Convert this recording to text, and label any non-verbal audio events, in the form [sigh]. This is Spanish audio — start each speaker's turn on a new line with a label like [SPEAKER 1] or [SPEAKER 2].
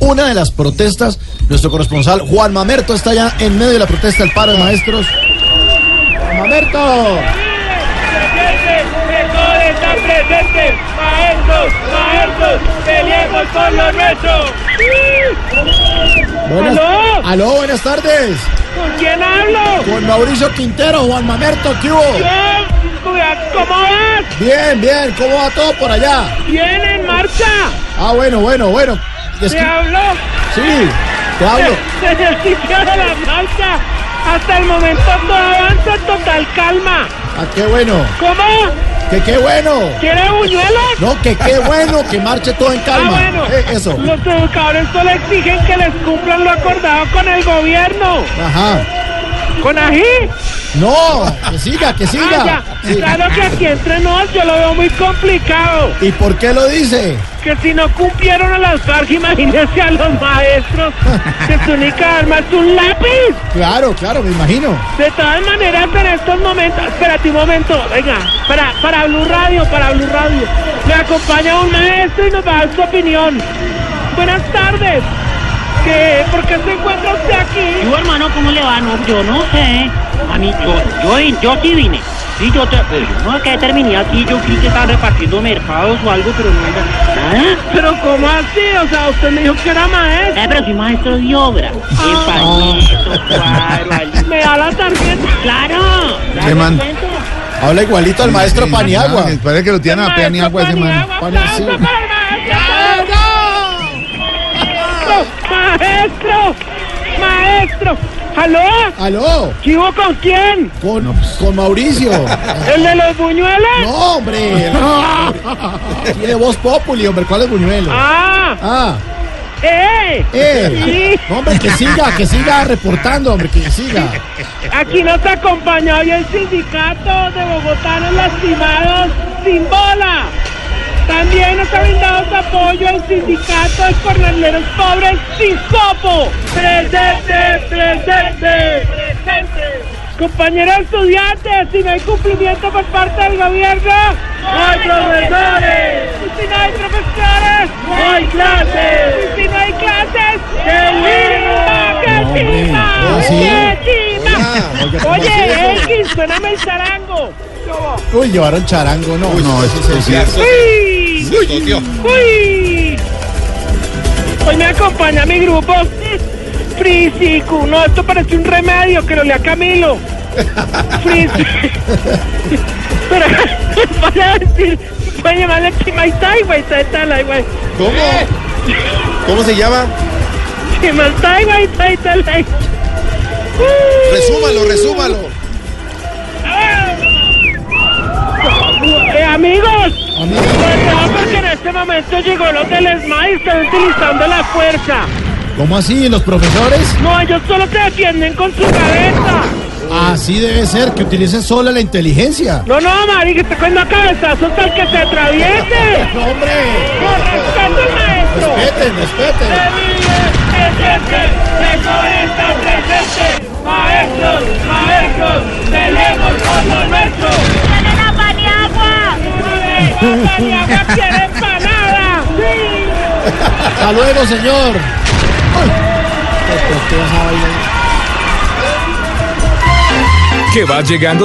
[SPEAKER 1] una de las protestas. Nuestro corresponsal Juan Mamerto está ya en medio de la protesta del paro de maestros. ¡Juan Mamerto!
[SPEAKER 2] están presentes! ¡Maestros, maestros, peleemos por lo nuestro!
[SPEAKER 1] Buenas,
[SPEAKER 2] ¿Aló?
[SPEAKER 1] aló, buenas tardes.
[SPEAKER 2] ¿Con quién hablo?
[SPEAKER 1] Con Mauricio Quintero, Juan Mamerto, ¿qué hubo?
[SPEAKER 2] ¿Cómo vas?
[SPEAKER 1] Bien, bien, ¿cómo va todo por allá?
[SPEAKER 2] ¿Bien en marcha?
[SPEAKER 1] Ah, bueno, bueno, bueno.
[SPEAKER 2] ¿Te
[SPEAKER 1] Descri-
[SPEAKER 2] habló?
[SPEAKER 1] Sí, te hablo.
[SPEAKER 2] Desde el sitio de la marcha hasta el momento todo avanza en total calma.
[SPEAKER 1] Ah, qué bueno,
[SPEAKER 2] ¿Cómo?
[SPEAKER 1] que qué bueno.
[SPEAKER 2] ¿Quieres buñuelos?
[SPEAKER 1] No, que qué bueno que marche todo en
[SPEAKER 2] [laughs] Ah,
[SPEAKER 1] calma.
[SPEAKER 2] bueno.
[SPEAKER 1] Eh, eso.
[SPEAKER 2] Los educadores solo exigen que les cumplan lo acordado con el gobierno.
[SPEAKER 1] Ajá.
[SPEAKER 2] ¿Con ají?
[SPEAKER 1] No, que siga, que
[SPEAKER 2] Ah,
[SPEAKER 1] siga.
[SPEAKER 2] ya.
[SPEAKER 1] Sí.
[SPEAKER 2] Claro que aquí entre nos yo lo veo muy complicado.
[SPEAKER 1] ¿Y por qué lo dice?
[SPEAKER 2] Que si no cumplieron a las FARC, imagínense a los maestros. que su única arma es un lápiz.
[SPEAKER 1] Claro, claro, me imagino.
[SPEAKER 2] De todas maneras, en estos momentos... Espérate un momento, venga. Para, para Blue Radio, para Blue Radio. Me acompaña un maestro y nos va a dar su opinión. Buenas tardes. ¿Qué, ¿Por qué se encuentra usted aquí?
[SPEAKER 3] No, hermano, ¿cómo le va? No, yo no sé. A mí, yo, yo, yo sí vine. Sí, yo, te- pero yo no que terminé aquí, yo vi que estaban repartiendo mercados o algo, pero no era nada.
[SPEAKER 2] Pero ¿cómo así? O sea, usted me dijo que era maestro.
[SPEAKER 3] Eh, pero soy maestro de obra.
[SPEAKER 2] Ah.
[SPEAKER 3] Empañito, cuadro, al-
[SPEAKER 2] Me da la tarjeta.
[SPEAKER 3] ¡Claro! ya
[SPEAKER 4] ¿Qué
[SPEAKER 3] te
[SPEAKER 4] man-
[SPEAKER 3] cuento.
[SPEAKER 1] Habla igualito al maestro
[SPEAKER 4] Sí,
[SPEAKER 1] Paniagua.
[SPEAKER 4] ah, Parece que lo tienen a Paniagua ese man.
[SPEAKER 2] Paniagua,
[SPEAKER 1] Pani- sí.
[SPEAKER 2] aplauso para el maestro.
[SPEAKER 1] ¡Ah!
[SPEAKER 2] Maestro, maestro. ¿Aló?
[SPEAKER 1] Aló,
[SPEAKER 2] ¿Chivo con quién?
[SPEAKER 1] con,
[SPEAKER 4] pues.
[SPEAKER 1] con
[SPEAKER 4] [laughs]
[SPEAKER 1] Mauricio.
[SPEAKER 2] ¿El de los buñuelos?
[SPEAKER 1] No, hombre. Tiene voz populi, hombre. ¿Cuál es Buñuelo?
[SPEAKER 2] Ah,
[SPEAKER 1] Ah,
[SPEAKER 2] eh.
[SPEAKER 1] eh. No, hombre, que siga, que siga reportando, hombre, que siga.
[SPEAKER 2] Aquí nos acompaña hoy el sindicato de bogotanos lastimados sin bola. También nos ha brindado su apoyo el sindicato de jornaleros pobres sin sopo. Presente, presente, presente. Compañeros estudiantes, si no hay cumplimiento por parte del gobierno, no hay profesores. Y si no hay profesores, no hay clases. Y si no hay clases, ¡que
[SPEAKER 1] No, hombre,
[SPEAKER 2] ¡Que
[SPEAKER 1] Oiga, ¿cómo
[SPEAKER 2] Oye, Elkin, suéname el charango.
[SPEAKER 1] Uy, llevaron charango, no.
[SPEAKER 4] No, eso sí, sí.
[SPEAKER 2] ¡Uy! ¡Uy! Hoy me acompaña mi grupo. Frisicu, no, esto parece un remedio que lo lea Camilo. Frisicu. [laughs] Pero [laughs] van a decir, pueden llamarle Chimaitay, güey, está está la güey.
[SPEAKER 4] ¿Cómo? ¿Cómo se llama?
[SPEAKER 2] Chimaitay, güey, está está la
[SPEAKER 4] Resúmalo, resúmalo.
[SPEAKER 2] Eh, amigos,
[SPEAKER 1] Amigo,
[SPEAKER 2] No, porque en este momento llegó los del SMAI y están utilizando la fuerza.
[SPEAKER 1] ¿Cómo así? ¿Los profesores?
[SPEAKER 2] No, ellos solo se defienden con su cabeza.
[SPEAKER 1] Así debe ser, que utilicen solo la inteligencia.
[SPEAKER 2] No, no, Mari, que te cuento cabezazo hasta el que se atraviese.
[SPEAKER 1] No, hombre.
[SPEAKER 2] Con respeto al maestro.
[SPEAKER 1] Respeten, respeten.
[SPEAKER 2] Se vive, se siente, se conecta, presente. Maestros, maestros, peleemos con lo nuestro.
[SPEAKER 5] ¡Tienen a Paniagua!
[SPEAKER 2] ¡Ni agua quiere empanada! ¡Sí!
[SPEAKER 1] Hasta luego, señor. Ay, qué tortuga esa vaina.
[SPEAKER 6] que va llegando